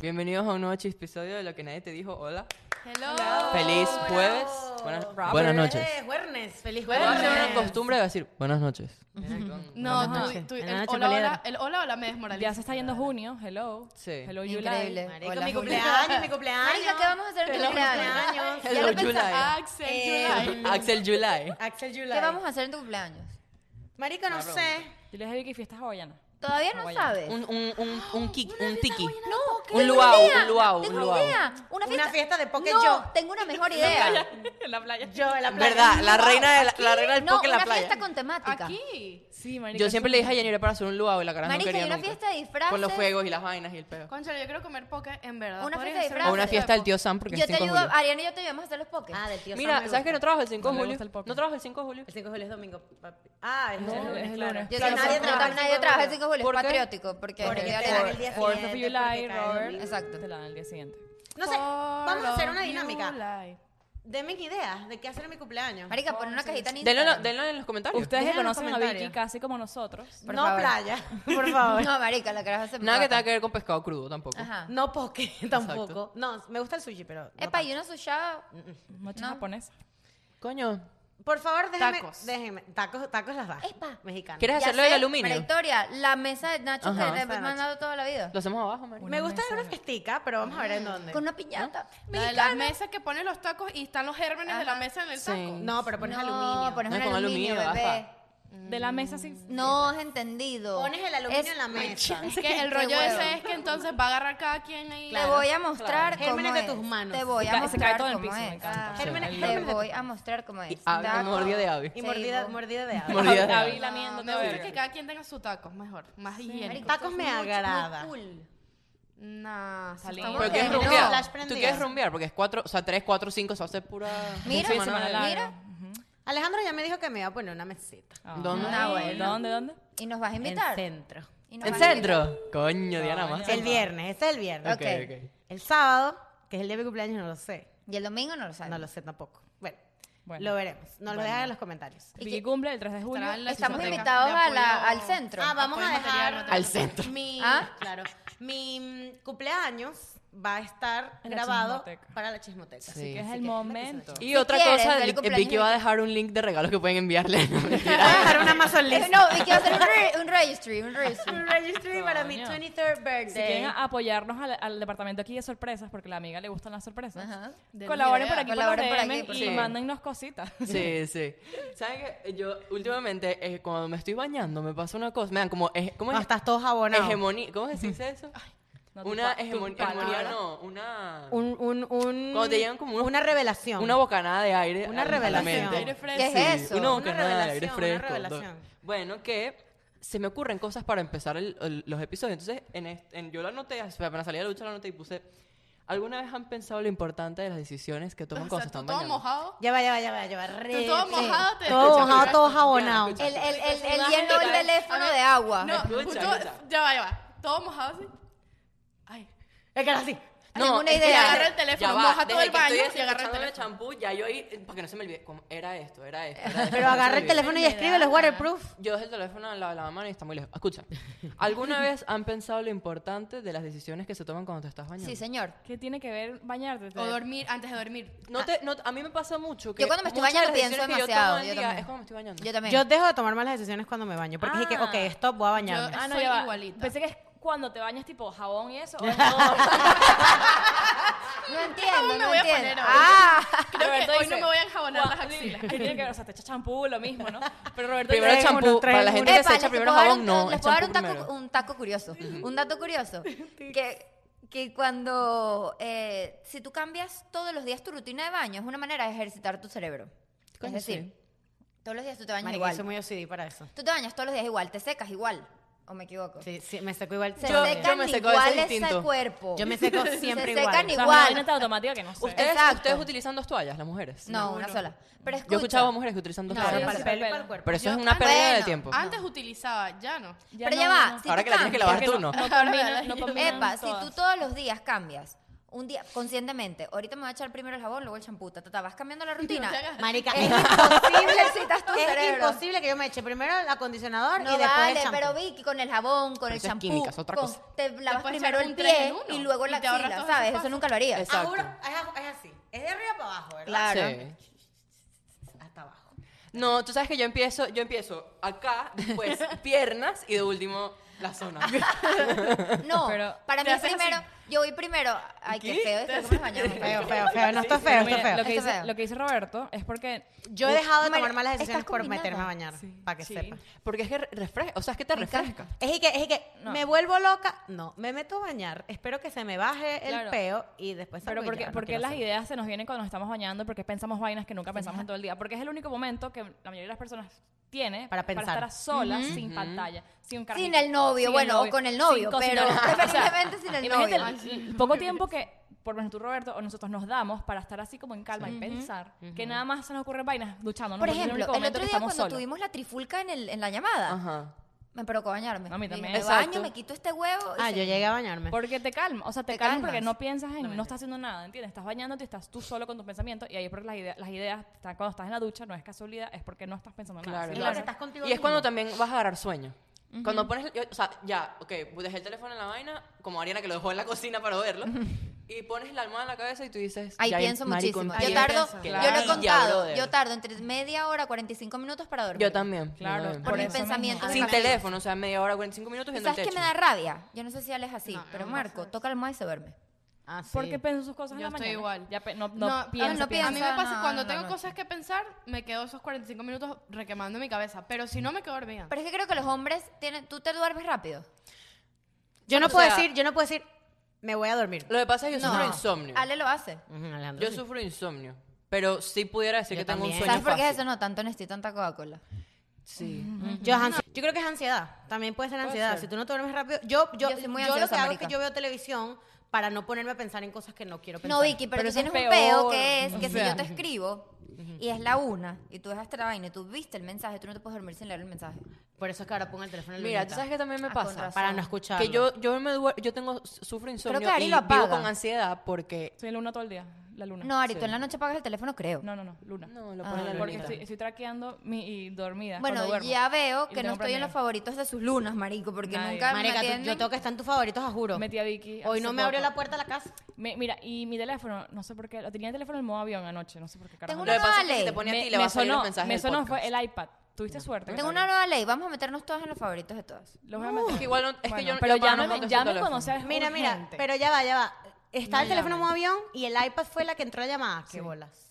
Bienvenidos a un nuevo episodio de Lo que nadie te dijo. Hola. Hello. Feliz jueves. Buenas, buenas noches. Eh, Juernes, feliz Voy a jueves. hacer una costumbre de decir buenas noches. No, Buenas tú- noches. tú- Buenas el, noches, hola, Valera. hola, el hola, hola me desmoraliza. Ya se está yendo junio, hello. Sí. Hello, July. Increíble. Marico, Marica, mi cumpleaños, mi Marica, ¿qué cumpleaños. vamos a hacer en tu Hello, cumpleaños? cumpleaños. Ya Hello, lo ah, pensé. July. Axel, Eh, July. Axel July. Axel July. ¿Qué vamos a hacer en tu cumpleaños? Marico, no Una sé. Yo les dije que fiestas hawaianas. Todavía no Hawaiana. sabes. Un, un, un, un, kick- un tiki. No, Un tengo luau, idea. un luau, Tengo un luau. idea. Una fiesta, Una fiesta de poke no, yo. tengo una mejor idea. en la playa. Yo en la playa. ¿Verdad? La reina, de la, la reina del no, poke en la una playa. fiesta con temática. Aquí. Sí, marica. Yo siempre sí. le dije a Yanira para hacer un luau y la cara no Marica, quería y una nunca. fiesta de disfraces. Con los juegos y las vainas y el pedo. Conchale, yo quiero comer poke en verdad. Una Podrías fiesta de hacer disfraces. O una fiesta del tío de Sam porque Yo es te 5 de ayudo, julio. Ariana y yo te ayudamos a hacer los pokés. Ah, del tío Sam Mira, me ¿sabes que no gusta. trabajas el 5 No de le julio? gusta el poke. ¿No trabajas el 5 de julio? El 5 de julio es domingo. papi. Ah, el No, el es el lunes. yo también- Claro, nadie yo trabaja el también- yo 5 trabajo de el julio. 5 de julio, ¿Por es qué? patriótico. Porque Porque porque te Ariana- dan el día Fourth of siguiente, July, porque cae el Robert. domingo. Exacto. Te la dan el día siguiente. No sé, vamos a hacer una Fourth of dinámica. July. Denme ideas de qué hacer en mi cumpleaños. Marica, pon una cajita en Denlo, en Instagram. lo- denlo en los comentarios. Ustedes Dejen que en los conocen a Vicky comentarios. casi como nosotros. por no favor. playa, por favor. No, marica, la caraja se Nada que tenga brota. que ver con pescado crudo tampoco. Ajá. No poke tampoco. No, me gusta el sushi, pero no Epa, tanto. y una sushaba. Noche No. japonesa. Coño. Por favor, déjenme, Tacos. déjenme. Tacos, tacos las das. Epa. Mexicano. ¿Quieres Ya hacerlo de sé, aluminio? María Victoria, la mesa de Nacho Ajá. que le Mesa de hemos Nacho. mandado toda la vida. Lo hacemos abajo, María. Me gusta mesa una de- festica, pero vamos a ver en dónde. Con una piñata. La de las mesas que ponen los tacos y están los gérmenes de la Ajá. mesa en el Sí. taco. No, pero pones no, aluminio. pones No, un con aluminio, aluminio, bebé. De la mesa sí. No has entendido. Pones el aluminio Es- en la mesa. Es que el Qué rollo huevo. ese es que entonces va a agarrar cada quien ahí. Te voy a mostrar claro. cómo Gérmenes de es. tus manos. Te voy Y a cae- se mostrar cae todo en el cómo piso, me es. encanta. Gérmenes- Te gérmenes de voy tus a mostrar cómo es. Y ave, Taco. mordida de ave. Y mordida, Sí, mordida de ave. Mordida de Avi ave. lamiendo Me gusta que cada quien tenga su taco, mejor, más higiénico. Marico, Tacos eso es me muy- muy agrada. cool. Nah, sí, Salí. estamos ¿Pero quieres que no? rumbear? Flash ¿Tú prendido. quieres rumbear? Porque es cuatro, o sea, tres, cuatro, cinco, se hace pura... Mira, Sí, semana larga. mira. Ujú. Alejandro ya me dijo que me iba a poner una mesita. Ah. ¿Dónde? Ah, bueno. ¿Dónde? ¿Dónde? Y nos vas a invitar. En centro. Y nos ¿En vas a invitar. centro? Coño, Diana, más. El viernes, ese es el viernes. Ok. Ok, ok. El sábado, que es el día de mi cumpleaños, no lo sé. Y el domingo no lo sabes. No lo sé tampoco. Bueno, Bueno. lo veremos. Nos lo dejan en los comentarios. ¿Y Vicky qué- cumple el 3 de julio. Estarán las- Estamos Discoteca. invitados De a la- apoyo- al centro. Ah, vamos a Apoyo material, dejar material. Al centro. Mi, ¿Ah? Claro. Mi mm, cumpleaños va a estar En la grabado chismoteca. para la chismoteca. Sí. Que es el momento. Y Si otra quieres, cosa, ver el Vic- cumpleaños Vicky de va a Vicky. dejar un link de regalos que pueden enviarle. No, mentira. Voy a dejar una Amazon Eh, list. No, y quiero hacer un, re- un registry, un registry. Un registry para mi Coño. 23rd birthday. Si quieren apoyarnos al, al departamento aquí de sorpresas, porque a la amiga le gustan las sorpresas, Ajá. colaboren Denle por aquí, Colaboren por por los aquí, DMs por y favor. mándennos cositas. Sí, sí. ¿Saben que Yo últimamente, eh, cuando me estoy bañando, me pasa una cosa. Me dan como... eh, ¿Cómo No, es? Ah, estás todo jabonado. Hegemonía. ¿Cómo se dice eso? No, tu Una pa- tu hegemonía. palabra. Hegemonía no, una... un, un, un- Cuando te llegan como unos- una revelación. Una bocanada de aire. a- Una a la revelación. mente. Aire fresco. ¿Qué es eso? Una Una bocanada de aire revelación, una fresco. revelación. do- Bueno, que se me ocurren cosas para empezar el- el- los episodios. Entonces, en, est- en- yo lo anoté, apenas salí de la ducha lo anoté y puse... ¿Alguna vez han pensado lo importante de las decisiones que toman O cuando sea, se tú están todo bañando? mojado. Ya va, ya va, ya va, ya va. Tú Re- todo sí. mojado. te- Todo escucha, mojado, todo escucha. jabonado. escucha. El, el, el, el Imagínate, yendo el a ver, teléfono a ver, de agua. No, Escucha, justo, escucha. ya va, ya va. Todo mojado así. Ay. Es que era así. Tengo una es que idea. ya- Agarra el ya teléfono, moja todo desde el que estoy baño y agarra el echándome teléfono. champú, ya yo ahí, eh, para que no se me olvide, como, era esto, era esto. era esto, Pero no se me agarra el olvide. teléfono y escribe los waterproof. Yo dejé el teléfono en la lavamano y está muy lejos. Escucha, ¿alguna vez han pensado lo importante de las decisiones que se toman cuando te estás bañando? Sí, señor. ¿Qué tiene que ver bañarte? O dormir, antes de dormir. No te, no, a mí me pasa mucho que Yo cuando me estoy muchas de las bañando pienso decisiones que yo demasiado, tomo en el yo día también. Es cuando me estoy bañando. Yo también. Yo dejo de tomar malas decisiones cuando me baño. Porque Ah. dije que, ok, stop, voy a bañarme. Yo- Ah, no, soy ya va. igualita. Pensé que es cuando te bañas tipo jabón y eso. o- No entiendo, me no voy a entiendo. poner hoy? Ah, Creo Roberto que hoy dice, no me voy a enjabonar "Guau, las axilas. sí, tiene que ver, o sea, te echas champú, lo mismo, ¿no? Pero Roberto Primero dice, el champú, uno, traen para la gente que epa, se les echa primero puedo dar jabón, un- no, Les es puedo dar champú un taco, primero. un taco curioso. Un dato curioso. Que, que cuando, eh, si tú cambias todos los días tu rutina de baño, es una manera de ejercitar tu cerebro. Es Coño, decir, todos los días tú te bañas Marica, yo soy igual. muy OCD para eso. Tú te bañas todos los días igual, te secas igual. ¿O me equivoco? Sí, sí, me seco igual. Se Yo- secan yo me seco, eso es igual ese distinto. cuerpo. Yo me seco siempre Se secan o igual. sea, igual. es una vaina tan automática que no sé. ¿Ustedes, Exacto. ustedes utilizan dos toallas, las mujeres? No, una sola. Pero escucha. Yo he escuchado a mujeres que utilizan dos No, Claro, sí, toallas. para sí, el pelo y pelo. para el cuerpo. Pero eso Yo- es una ah, pérdida de bueno, tiempo. Antes utilizaba, ya no. pero ya va. no. si Ahora tú que la tienes que cambias- lavar tú, ¿no? No Ahora me combinan- la- no combinan Epa, si tú todas. todos los días cambias un día, conscientemente, ahorita me voy a echar primero el jabón, luego el champú, ta, ta, ta, vas cambiando la rutina. te hagas- Marica, Es es, imposible citas tu es cerebro. imposible que yo me eche primero el acondicionador No y después vale, el shampoo. pero Vicky con el jabón, con Pero el eso es champú, química, es otra con- cosa. te lavas puedes primero echar el un tres pie en uno y luego la y te ahorras axila, todos esos ¿sabes? Eso pasos. nunca lo haría. Exacto. Ah, juro, es, es así. Es de arriba para abajo, ¿verdad? Claro. Sí. Hasta abajo. No, tú sabes que yo empiezo, yo empiezo acá, después piernas y de último la zona. No, Pero para mí te haces primero, yo voy primero. Ay, qué ¿Qué? feo, Te esto, ¿cómo nos bañamos? Feo, feo, feo. No, está Pero feo, está mira, Lo feo. que, Está dice, feo. lo que dice Roberto es porque Yo he dejado de Mari- tomar malas estás decisiones por combinada. meterme a bañar, para que sí. sepan. Porque es que refresca, o sea, es que te refresca. Es y que, es y que No. me vuelvo loca. No, me meto a bañar. Espero que se me baje el Claro. peo y después salgo Pero y porque, ya, no porque quiero las hacer. ideas se nos vienen cuando nos estamos bañando, porque pensamos vainas que nunca pensamos en todo el día. Porque es el único momento que la mayoría de las personas tiene Para pensar. estar a solas, sin pantalla, sin un carajito, Sin el novio, sin bueno, o con el novio, sin pero cocinar. preferiblemente sin el imagínate novio. el- el poco tiempo que, por lo menos tú, Roberto, o nosotros nos damos para estar así como en calma y pensar, que nada más se nos ocurren vainas duchándonos. Por porque es ejemplo, único el momento otro que día estamos cuando solos. tuvimos la trifulca en, el, en la llamada, Ajá. me provocó bañarme. A mí Dije, también. Me Exacto. baño, me quito este huevo. y Ah, se- yo llegué a bañarme. Porque te calma, o sea, te, Te calma calmas. porque no piensas en, no, estás haciendo nada, ¿entiendes? Estás bañándote, estás tú solo con tus pensamientos y ahí es porque las, idea- las ideas, están, cuando estás en la ducha, no es casualidad, es porque no estás pensando en nada. Claro. ¿sí? Claro, estás contigo Y es mismo. cuando también vas a agarrar sueño. Cuando pones, yo- o sea, ya, ok, dejé el teléfono en la vaina, como Ariana que lo dejó en la cocina para verlo, y pones la almohada en la cabeza y tú dices, Ahí ya, pienso marico, muchísimo. empiezo. Yo tardo, pienso. Qué yo lo he ladilla, contado, brother. yo tardo entre media hora, 45 minutos para dormir. Yo también. yo Claro, también. Por, Por mis eso mismo. pensamientos. Sin de marido. teléfono, o sea, media hora, 45 minutos viendo el ¿Sabes techo. qué me da rabia? Yo no sé si Ale es así, No, pero no, Marco, toca el almohada y se duerme. Ah, sí. Porque pienso sus cosas en Yo la estoy mañana. igual. Ya pe- no, no, No, ah, piensa, no piensa. a mí piensa me pasa nada cuando en la tengo noche. cosas que pensar, me quedo esos 45 minutos requemando mi cabeza. Pero si no, me quedo dormida. Pero es que creo que los hombres tienen... ¿Tú te duermes rápido? Yo no O puedo sea- decir, yo no puedo decir, me voy a dormir. Lo que pasa es que yo sufro insomnio. Ale lo hace. Ujú, Alejandro, Yo sí. sufro insomnio. Pero sí pudiera decir Yo que tengo un también. sueño ¿Sabes por qué es fácil. eso? No, tanto honesto y tanta Coca-Cola. Sí. Yo, es ansi- yo creo que es ansiedad. También puede ser ansiedad. ser. Si tú no te duermes rápido. Yo, yo, Yo soy muy yo lo que ansiosa, hago marica. es que yo veo televisión para no ponerme a pensar en cosas que no quiero pensar. No, Vicky, pero, Pero tú eso es tienes un peo peor. que es O que si sea. yo te escribo y es la una y tú dejaste la vaina y tú viste el mensaje, tú no te puedes dormir sin leer el mensaje. Por eso es que ahora pongo el teléfono en la Mira, luneta, ¿tú sabes qué también me Ah, con pasa? razón. Para no escuchar. Que yo, yo, me, duer- yo tengo, sufro insomnio Ari y lo vivo apaga. con ansiedad porque... Soy luna todo el día, la luna. No, Ari, Sí. tú en la noche apagas el teléfono, creo. no, no, no, luna. No, lo Ah, pone en la Porque lunita. estoy, estoy traqueando mi, y dormida. cuando bueno, duermo. ya veo Y que no estoy en tengo aprendido. los favoritos de sus lunas, marico, porque Nadie. nunca me Marica, tú- atienden. yo tengo que estar en tus favoritos, a juro. Metí a Vicky. Hoy hace no me abrió poco. la puerta de la casa. Mi- mira, y mi teléfono, no sé por qué, lo tenía el teléfono en modo avión anoche, no sé por qué. carajo. Tengo Lo una que pasa es que Ale, si te pone a ti Me- le me va a salir sonó- los mensajes Me del sonó fue podcast. el iPad. Tuviste suerte. que Tengo salió. una nueva ley, vamos a meternos todas en los favoritos de todas. Los voy a meter. que igual no- es que yo no- pero yo para no llámame, contesto el llámame teléfono. cuando sea Mira, mira, urgente. pero ya va, ya va. Está No el teléfono en modo llames. avión y el iPad fue la que entró la llamada. Qué bolas.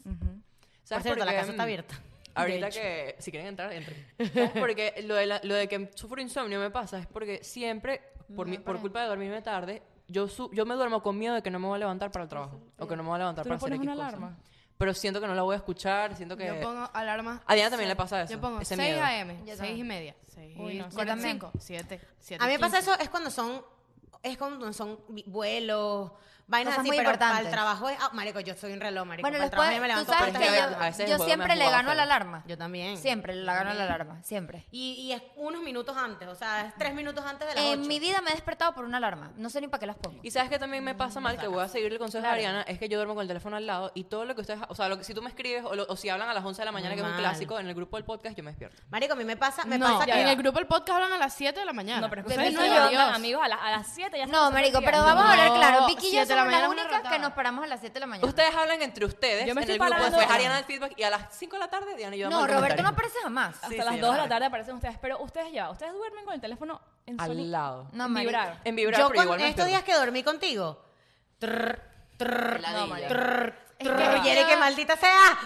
Por cierto, la qué? casa está Mm, abierta. Ahorita que, si quieren entrar, entren. ¿Sabes Porque lo de, la- lo de que sufro insomnio me pasa es porque siempre, por, mi- por culpa de dormirme tarde, yo, su- yo me duermo con miedo de que no me voy a levantar para el trabajo. O que no me voy a levantar ¿Tú no para hacer pones X una cosa. alarma? Pero siento que no la voy a escuchar, siento que... Yo pongo alarmas. A Diana también le pasa eso, Yo pongo ese 6 miedo. a.m., Yo 6 y también. media, 6 Uy, y no, yo 45, 7, 7. A mí me pasa eso es cuando son es cuando son vi- vuelos, vainas Cosas así, muy pero para el importantes. trabajo es, ah, marico, yo soy un reloj, marico. Bueno, para el trabajo después, tú yo me levanto este por sabes cuatro ejemplo, de la a veces que el yo, yo juego me siempre ha le jugado gano a la feo. alarma. mañana. Yo también. Siempre le gano a la alarma, siempre. Y, y es unos minutos antes, o sea, es tres minutos antes de las En ocho. mi vida me he despertado por una alarma. No sé ni para qué las pongo. Y sabes que también me pasa mal, que voy a seguir el consejo de Ariana, es que yo duermo con el teléfono al lado y todo lo que ustedes, o sea, lo que, si tú me escribes o, lo- o si hablan a las 11 de la mañana, que es un Mal. clásico, en el grupo del podcast yo me despierto. Marico, a mí me pasa, me no, pasa que en el grupo del podcast hablan a las 7 de la mañana. No, pero es que Pero ustedes no no yo- levantan, amigos, a, la- a las 7 ya se No, pasó el marico, día. pero vamos a hablar No, claro. Vicky y yo siete de somos la las mañana es una únicas que ratada. nos paramos a las 7 de la mañana. Ustedes hablan entre ustedes Yo me en estoy el grupo, parando. después Ariana el feedback y a las 5 de la tarde Diana y yo damos No, el Roberto comentario. no aparece jamás. Hasta Sí, las sí, 2 de la claro. tarde aparecen ustedes, pero ustedes ya, ustedes duermen con el teléfono en Al soli- lado. No, en marico. vibrar. En vibrar, yo pero con igual me estos días despierto. que dormí contigo. Trrr, trrr, Ladilla. trrr, Es que trrr, yo- y eres que maldita sea.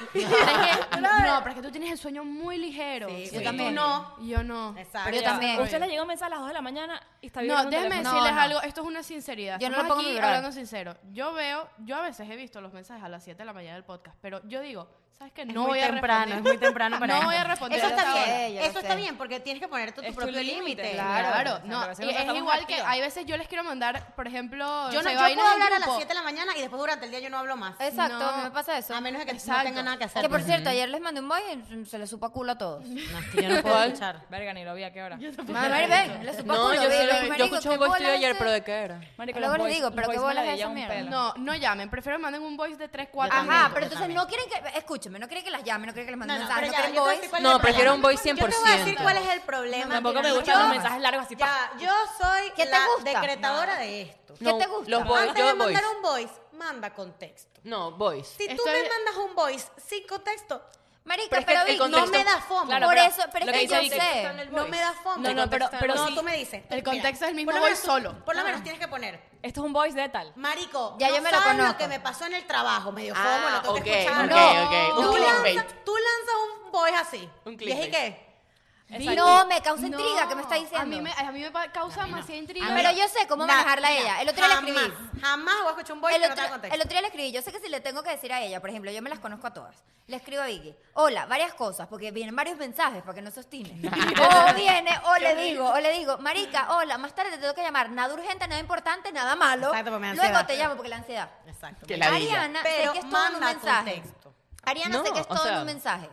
no, pero es que tú tienes el sueño muy ligero. Sí, Yo sí. también. Tú no. Y Yo no. Exacto. Pero yo también. Usted le llega un mensaje a las 2 de la mañana y está vibrando No, el déjenme teléfono. No, decirles no. algo. Esto es una sinceridad. Yo no Estamos lo pongo aquí vibrar. hablando sincero. Yo veo, yo a veces he visto los mensajes a las 7 de la mañana del podcast, pero yo digo, ¿Sabes qué? Es No muy voy a temprano, es responder. muy temprano para No eso. voy a responder. Eso está lo bien, sé, yo lo eso está sé. bien, porque tienes que ponerte tu Es tu propio límite, límite. claro. Claro, o sea, no, a veces y nosotros es estamos igual que activos. hay veces yo les quiero mandar, por ejemplo, Yo, no, se yo vainas puedo en hablar a las grupo. 7 de la mañana y después durante el día yo no hablo más. Exacto, No. a mí me pasa eso. A menos de que Exacto. no tenga nada que hacer. Que por pues. cierto, ayer les mandé un voy y se le supo a culo a todos. No, es que yo no puedo ¿Cuál? escuchar. Verga, ni lo vi a qué hora. Mami, mari, ven, le supo a No, culo. yo, ve, sí lo- los yo maricos, escuché qué un voice tuyo bolas ayer, ese. pero ¿de qué era? Marico, Luego los les digo, voice- pero los qué voice me bolas la es ladilla esa un mierda. pelo. No, no llamen, prefiero que manden un voice de 3, 4 también, Ajá, yo pero entonces también. no quieren que. Escúchame, no quieren que las llamen, no quieren que les No, manden no, mensajes, pero no ya, quieren yo te voy a voice. decir cuál es No, el prefiero un problema. voice 100%. Yo te voy a decir cuál es el problema. Tampoco que me yo- gustan los yo- mensajes largos así, Ya, yo soy ¿Qué te la gusta? decretadora de esto. ¿Qué No, te gusta? Los voice, Antes yo de mandar voice. un voice, manda contexto. No, voice. Si tú Esto me es- mandas un voice sin contexto, Ah, Marica, Pero es pero, que el Vicky, no contexto- me da fomo. Claro, por pero eso, pero lo es que, que dice yo Vicky sé. está en el no voice. me da fomo. No, no, pero- pero no, sí- tú me dices. el mira, contexto es el mismo por lo menos voice tú- solo. Por lo menos tienes que poner. Esto es un voice de tal. Marico, Ya no yo me lo sabes conozco. que me pasó en el trabajo, medio Ah, fomo, lo tengo ok, que escuchar. ok, No. ok, un Tú, clickbait. lanzas, tú lanzas un voice así. Un ¿Y es clickbait. y qué? Exacto. No, me causa intriga, ¿qué me está diciendo? A mí me, a mí me pa- causa demasiada intriga. Pero yo sé cómo Na- manejarla a mira, ella. El otro día le escribí. Jamás, jamás voy a escuchar un voice El que no otro, tenga contexto. el otro día le escribí, yo sé que si le tengo que decir a ella, por ejemplo, yo me las conozco a todas. Le escribo a Vicky, hola, varias cosas, porque vienen varios mensajes para que no sostiene. o viene, o le digo, o le digo, marica, hola, más tarde te tengo que llamar, nada urgente, nada importante, nada malo. Exacto, porque me da Luego ansiedad. te llamo porque la ansiedad. Exacto. Que la diga. Ariana, sé Pero que es todo en un manda mensaje. contexto. Ariana sé No, que es o todo en sea- un mensaje.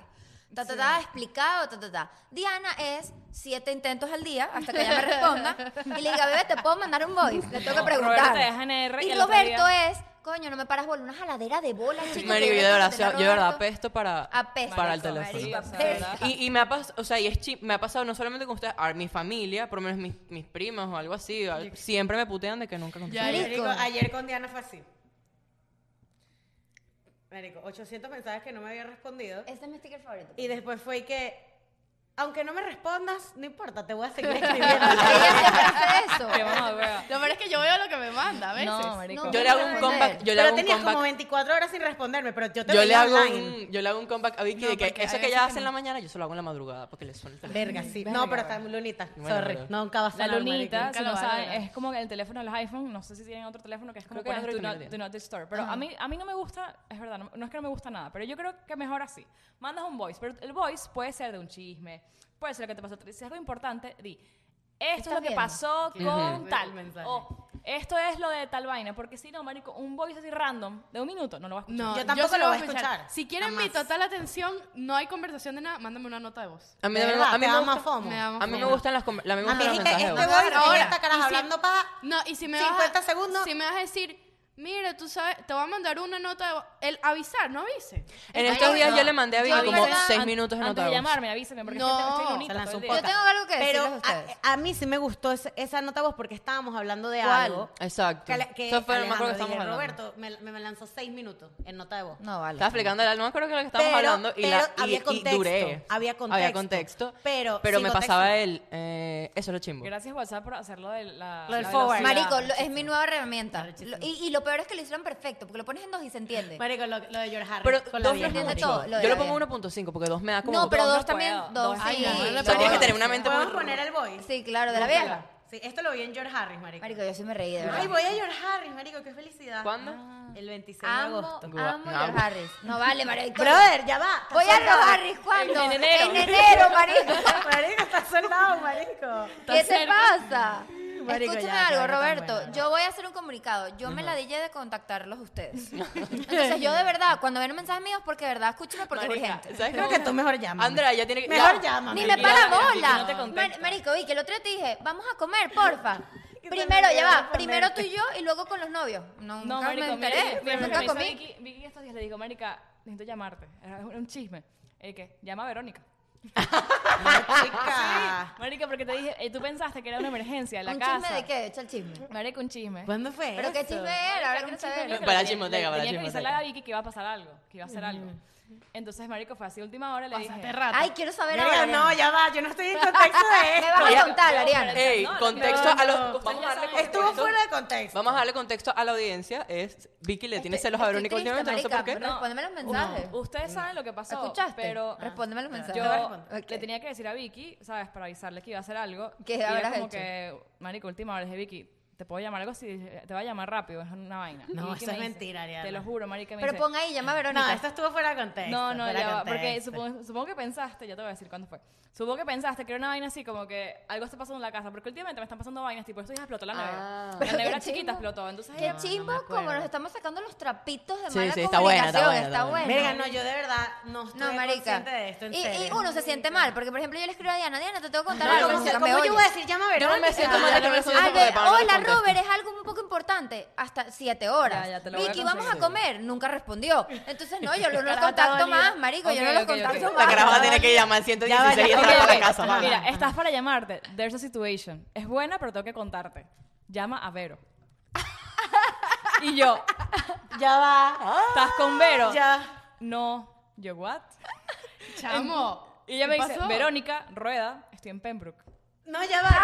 Ta, ta, ta, explicado, ta, ta, ta. Diana es siete intentos al día hasta que ella me responda y le diga, bebé, ¿te puedo mandar un voice? Le tengo que No, preguntar. Roberto te deja en R y y al otro día- Roberto es, coño, no me paras bola, una jaladera de bola, chico. que Marico, yo debe de verdad, contestar yo de verdad Roberto. apesto para, Apesto, para el marico, teléfono. marico, Sí, o sea, apesto. Y, y me ha pasado, o sea, y es chi- me ha pasado no solamente con ustedes, a mi familia, por lo menos mis, mis primas o algo así, al- siempre me putean de que nunca contesto. Ya, Marico. Marico, ayer con Diana fue así. Marico, 800 mensajes que no me había respondido. Este es mi sticker favorito. Y después fue que, aunque no me respondas, no importa, te voy a seguir escribiendo. ella siempre hace eso. Qué mamá, wea. Lo peor es que yo veo lo que me manda a veces. No, marico. No, Yo le hago un Responder. comeback, yo le pero hago un tenías como comeback. 24 horas sin responderme, pero yo te Yo le, veía hago online. un, yo le hago un comeback a Vicky No, de que porque eso hay que veces ella que hace en no. la mañana, yo se lo hago en la madrugada porque le suena el teléfono. Verga, sí. No, pero está muy lunita. Bueno, Sorry. pero- Nunca vas a La sonar, lunita, marico. si lo no van a saben, lograr. es como el teléfono de los iPhone, no sé si tienen otro teléfono que es como Creo que que Android do, también not, lo do not disturb. Pero a mí, a mí no me gusta, es verdad, no, no es que no me gusta nada, pero yo creo que mejor así. Mandas un voice, pero el voice puede ser de un chisme, puede ser lo que te pasó. Si es algo importante, di, esto es lo que viendo? pasó con Ujú. tal, El mensaje. o esto es lo de tal vaina, porque si no, marico, un voice así random de un minuto no lo vas a escuchar. No, Yo tampoco sí lo voy voy a escuchar, Si quieren mi jamás. total atención, no hay conversación de nada, mándame una nota de voz. A mí, De también- verdad, a mí te me da más gusta- fomo. Me da más A mí me fomo. gustan las com- la- a mí me A mí gustan los dijiste, mensajes. de este voz. voy Ahora, en esta y caraja si- hablando pa... No, y si me 50 vas a, segundos. Si me vas a decir, mira, tú sabes, te voy a mandar una nota de voz. El avisar, no avise. En estos días yo le mandé a Vicky Yo como verdad, seis an- minutos de Ah, nota Antes de de voz. llamarme, avísame, porque No. estoy, estoy Se lunita lanzó todo el un día. Yo tengo algo que decirles Pero a ustedes. a, a mí sí me gustó ese- esa nota voz porque estábamos hablando de ¿Cuál? algo. Exacto. Que, le- que Eso fue lo más Alejandro que estábamos dije, hablando. Roberto me, me- me lanzó seis minutos en nota de voz. No, vale. Estaba explicando el alma, no creo que lo que estábamos Pero- hablando y, pero la, y- había y contexto, duré. había contexto. contexto, Pero pero sin me contexto. pasaba él. Eh, eso era chimbo. Gracias WhatsApp por hacerlo de la... Lo del la forward. velocidad. Marico, lo- es mi nueva herramienta. Lo- y, y lo peor es que lo hicieron perfecto, porque lo pones en dos y se entiende. Marico, lo, lo de George Harris. Pero con la dos vieja, no es entiende mucho. marico. todo, lo de Yo la le pongo vieja. 1.5 porque dos me da como... no, pero dos dos, no también. puedo. Dos, Dos, ay, sí. no, no le dos. Pero tienes que tener una mente muy... ¿Podemos poner el voice? Sí, claro, de la vieja. Sí, esto lo vi en George Harris, marico. Marico, yo sí me reí, de verdad. Ay, voy a George Harris, marico, qué felicidad. ¿Cuándo? El 26 de amo, agosto. amo a George Amo. Harris. No vale, marico. Brother, ya va. Voy a George George Harris, ¿cuándo? En enero. En enero, marico. marico, está soldado, marico. ¿Qué te pasa? Marico, Escúchame ya, algo, ya, no tan Roberto. bueno, no. Yo voy a hacer un comunicado. Yo me la dije de contactarlos a ustedes. Entonces, yo de verdad, cuando ven un mensaje mío, es porque de verdad, escúchame porque es Marica, urgente. ¿sabes Creo cómo? que tú mejor llamas. Andrea, ya tiene que... ya. Mejor llama. Ni marico. me para mira, Vicky, bola. no te contesta. Mar- marico, vi que el otro día te dije, vamos a comer, porfa. Que Primero, se me ya olvidó va. Primero tú responderte. y yo y luego con los novios. No, No, nunca marico, me mira, enteré. mira, nunca me hizo comí. Vicky, Vicky estos días le digo, marica, necesito llamarte. Era un chisme. Eh, que llama a Verónica. Chica. Marica, porque te dije, eh, tú pensaste que era una emergencia en la ¿Un casa. chisme de qué? Echa el chisme. Marica, un chisme. ¿Cuándo fue ¿Pero qué eso? chisme era? Ahora Era un quiero chisme saber. marica, Para la le- chismoteca, le- para la Tenía que avisarle chismoteca. a Vicky que iba a pasar algo, que iba a hacer algo. Entonces, marico, fue así última hora, le dije... rato. Ay, quiero saber Marico, ahora. no, ya va, yo no estoy en contexto de Me esto. vas a Ya- eh, contar, Ariana. Ey, No, no, contexto a no, no. los... Vamos a darle Estuvo contexto. fuera de contexto. Vamos a darle contexto a la audiencia. Es Vicky le tiene Estoy- celos a estoy Verónica triste, últimamente, no sé marica, por qué. pero Respóndeme los mensajes. Ustedes saben lo que pasó, ¿Escuchaste? pero... ah, Respóndeme los mensajes. Yo Te voy a responder. le Ok. tenía que decir a Vicky, ¿sabes? Para avisarle que iba a hacer algo. ¿Qué Y era habrás como hecho? que, marico, última hora, le dije, Vicky, te puedo llamar algo si te va a llamar rápido, es una vaina. No, ¿Y qué eso me es dice? mentira, Ariana. Te lo juro, marica, me Pero dice, pon ahí, llama a Verónica. No, esto estuvo fuera de contexto. No, no, fuera de ya va, porque contexto. supongo, supongo que pensaste, ya te voy a decir cuándo fue. Supongo que pensaste que era una vaina así como que algo está pasando en la casa, porque últimamente me están pasando vainas, tipo, esto ya explotó la nevera. Ah. la Pero qué nevera chiquita chimbo. explotó, entonces Qué ella- chimbo como nos estamos sacando los trapitos de Sí, mala sí, está buena, comunicación. está buena, está buena. Verga, no, yo de verdad no estoy No, marica. consciente de esto, en y, serio. y uno se siente mal, porque por ejemplo yo le escribo a Diana, Diana, te tengo que contar No, algo. ¿cómo, nunca se- me cómo yo oyes". voy a decir llama a Yo Verónica? no me siento mal, yo no me siento Ah, mal. de, porque para no Hola contesto". Robert, es algo un poco importante. Hasta siete horas. Ya, ya, te lo voy a Vicky, vamos a conseguir. comer. Nunca respondió. Entonces, no, yo no los Carajo, está contacto dolida. más, marico. Ok, yo no los ok, ok. contacto La más. caraja tiene que llamar al 116 y Ok, entrar a la ok. casa. mamá. Mira, estás para llamarte. There's a situation. Es buena, pero tengo que contarte. Llama a Vero. y yo, Ya va. ¿estás con Vero? Ya. No. Yo, ¿what? Chamo. Y ella me ¿qué dice, pasó? Verónica, rueda, estoy en Pembroke. No, ya va. ya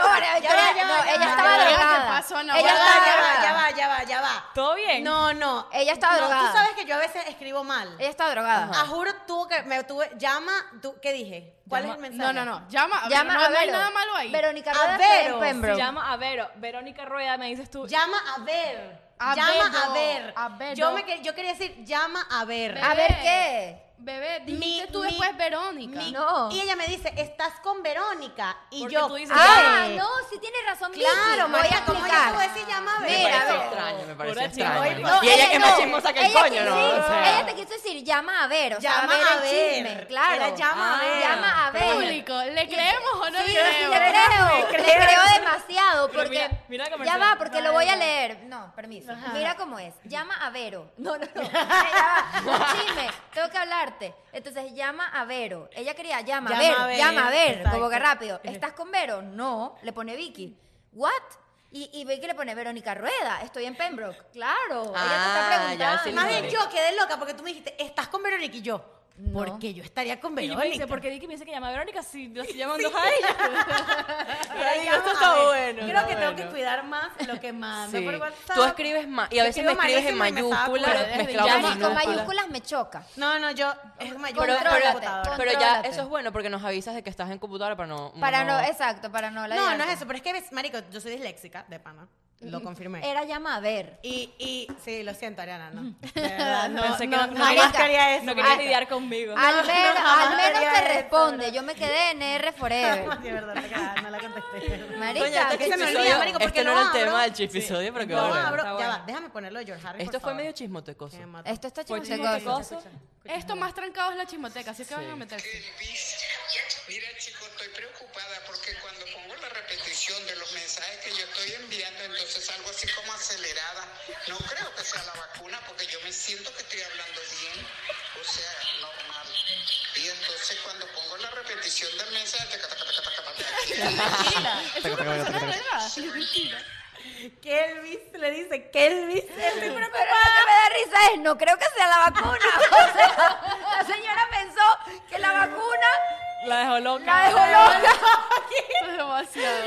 No, va, Victoria, ya va, ya no, va, ya ella va, estaba ya va. drogada. ¿Qué pasó? No, ella ya estaba va, ya va, drogada. ya va, ya va, ya va. ¿Todo bien? No, no. Ella estaba no, drogada. Tú sabes que yo a veces escribo mal. Ella estaba drogada. Ah, juro, tuvo que, me tuve, llama, tú, ¿qué dije? ¿Cuál Llama- es el No, mensaje? no, no. Llama a Vero. Llama no, a no hay Vero. nada malo ahí. Verónica A Rueda está Vero. en Pembroke. Si llama a Vero, Verónica Rueda, me dices tú. Llama a ver. A llama Vero, a ver. a Vero. Yo, me, que- yo quería decir, llama a ver. A ver qué. Bebé, dijiste Mi- tú mi- después Verónica. mi- No. Y ella me dice, estás con Verónica. Y Porque yo, tú dices, Ah, "Ay". no, sí tiene razón. Claro, Vicky, voy María, ¿cómo a yo te explicar. voy a decir llama a ver? Me Mira, parece Vero. extraño, me parece Pobre extraño. chico. marico. Y ella no. que más chismosa que el Ella coño, que ¿no? sí. O sea. Ella te quiso decir, llama a ver, o sea, Llama ver a el ver. chisme, claro. Ah, Era llama a ver. Llama a ver. Público, ¿le creemos o no Sí, le yo sí creemos? le creo, le creo demasiado Pero porque mira- mira el ya comercial. va, porque lo Ay, voy a no. leer. No, permiso. Mira cómo es. Llama a Vero. No, no, no. Ya va. Chisme, tengo que hablarte. Entonces llama a Vero. Ella quería llama, Llama a Eh. Vero, a Vero, llama a Vero, exacto. como que rápido. ¿Estás con Vero? No, le pone Vicky. What? Y, y Vicky le pone Verónica Rueda, estoy en Pembroke. Claro, ella Ah, te ya está sí, preguntando. Más sí, bien sí. yo quedé loca porque tú me dijiste, estás con Verónica y yo. No. Porque yo estaría con Y yo Verónica. me dice, porque Vicky me dice que llama a Verónica si yo estoy llamando a ella. Ay, Llama esto a está ver. bueno, Creo está que tengo que bueno. cuidar más lo que mando Sí. por WhatsApp. Tú escribes ma- y a Yo veces me escribo escribes en malísimo y me saco mayúsculas, desde mezclado Ya con ni con minúsculas. mayúsculas me choca. No, no, yo es como yo Pero, no tengo Contrólate, computadora. contrólate. pero ya eso es bueno porque nos avisas de que estás en computadora para no. Para uno no, exacto, para Mm. no la No, no llanta. es eso, pero es que ves, marico, yo soy disléxica de pana, lo confirmé. Era llama a ver. Y, y sí, lo siento, Ariana, no. De verdad, no, Pensé que no, no- jamás Marica, quería eso. Ah, No quería marica. lidiar conmigo. al, ver- no, al no menos quería te eso, responde. Yo me quedé en R forever. De verdad, te cagas, no la contesté. Marica, Coño, este que se me chismisodio- olvida, marico, porque este no era lo el abro. tema del chipisodio, pero qué No, bueno. abro, Está ya bueno. va, déjame ponerlo de George Harris, Esto fue medio chismotecoso. esto está Fue chismotecoso. chismotecoso. Esto más trancado es la chismoteca, así es que van a meterse. Elvis, Mira chicos, estoy preocupada porque cuando pongo la repetición de los mensajes que yo estoy enviando, entonces algo así como acelerada. No creo que sea la vacuna porque yo me siento que estoy hablando bien, o sea, normal. Y entonces cuando pongo la repetición del mensaje, taca, taca, taca, taca, taca, taca, Es una persona drogada. Kelvis le dice, Kelvis, estoy Pero lo que me da risa es, no creo que sea la vacuna. O sea, la señora pensó que la vacuna La dejó loca. la dejó loca. Esto es demasiado.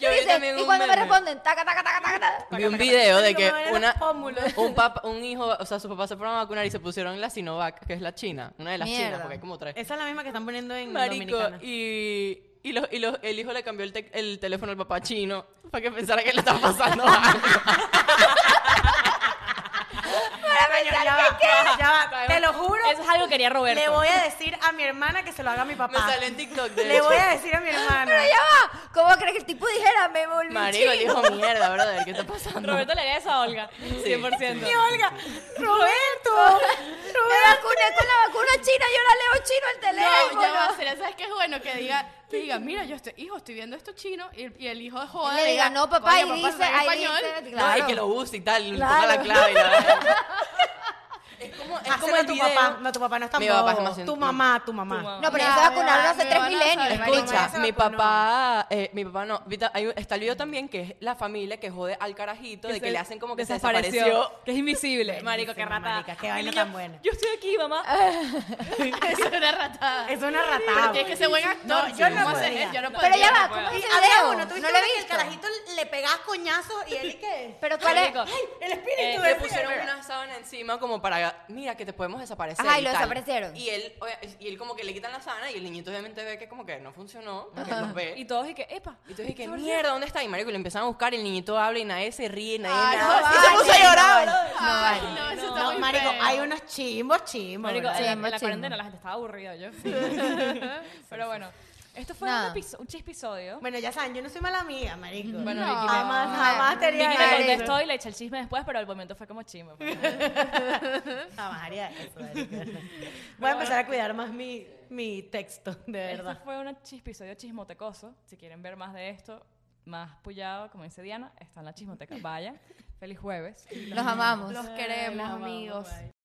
Yo vi Dice, también y un cuando me meme. responden, taca, taca, taca, taca, taca. Vi un video de Como que eran los una, pómulos. un, papá, un hijo, o sea, sus papás se fueron a vacunar y se pusieron la Sinovac, que es la china, una de las Mierda. chinas, porque hay como tres. Esa es la misma que están poniendo en Marico, Dominicana. y, y, los, y los- el hijo le cambió el, tec- el teléfono al papá chino para que pensara que le estaba pasando algo. Para Señor, pensar ya que- va, ya va, te lo juro. Eso es algo que quería Roberto. Le voy a decir a mi hermana que se lo haga a mi Me papá. sale en TikTok, de Le hecho. voy a decir a mi hermana. Pero ya va. ¿Cómo crees que el tipo dijera, me volví Marico, el chino? hijo mierda, brother, ¿qué está pasando? Roberto le haría eso a Olga. 100%. Y Olga, Roberto, Me Roberto. vacuné con la vacuna china y ahora leo chino el teléfono. No, ya va, será, ¿sabes qué es bueno? Que diga, que diga, mira, yo estoy, hijo, estoy viendo esto chino, y el, y el hijo de joda le diga, no, papá, "Oye, y dice, ¿sabes ahí dice, No, y claro. que lo use y tal, le Claro. ponga la clave y la Es como, es Hacelo como a el tu video. papá. No, tu papá no está Mi papá es bobo. demasiado- Tu mamá, tu mamá. No, pero Ya, ya se ya, vacunaron ya, hace me tres van a milenios, saber, marico. Escucha, se mi vacunó. papá, eh, mi papá no, ahorita hay un- está el video también que es la familia que jode al carajito de que le hacen como que se desapareció. Que es invisible. Marico, qué Buenísimo, rata. marica, qué vaina El niño, tan buena. Yo estoy aquí, mamá. Es una ratada. Es una Pero ratada. tienes que ser buen actor. No, yo no si vas a hacer podría. eso, Yo no Pero podría. ya va, no puedo. ¿cómo es Y el había uno, video? tú No viste lo he que el visto. carajito le pegás coñazos y él y qué. Pero ¿cuál es? Marico, El espíritu Eh, Le de pusieron una sábana encima como para era, mira, que te podemos desaparecer. Ajá, y y lo tal. desaparecieron. Y él, oye, y él como que le quitan la sana y el niñito obviamente ve que como que no funcionó, porque los ve. Y todos y que, epa. Y tú dije, mierda, ¿dónde está? Y marico, y lo empiezan a buscar, y el niñito habla y nadie se ríe, nadie Ay, nada. no, y se vale, puso a llorar. no, bro. Ay, no, eso está No, muy marico, feo. hay unos chimbos, chimbos. Marico, ¿verdad? en, la- en la machismo. cuarentena la gente estaba aburrida, yo. Pero bueno, esto fue Nada. un, episo- un chispisodio. Bueno, ya saben, yo no soy mala amiga, marico. Bueno, No. Ricky me- jamás, jamás te haría Vicky Dale. me eso. contestó y le eché el chisme después, pero al momento fue como chisme. pues. Jamás haría eso, marico. Voy a empezar a cuidar más mi, mi texto, de Esto verdad. fue un chispisodio chismotecoso. Si quieren ver más de esto, más pullado, como dice Diana, está en la chismoteca. Vayan. Feliz jueves. Los amamos. Los queremos, amamos, amigos. bye.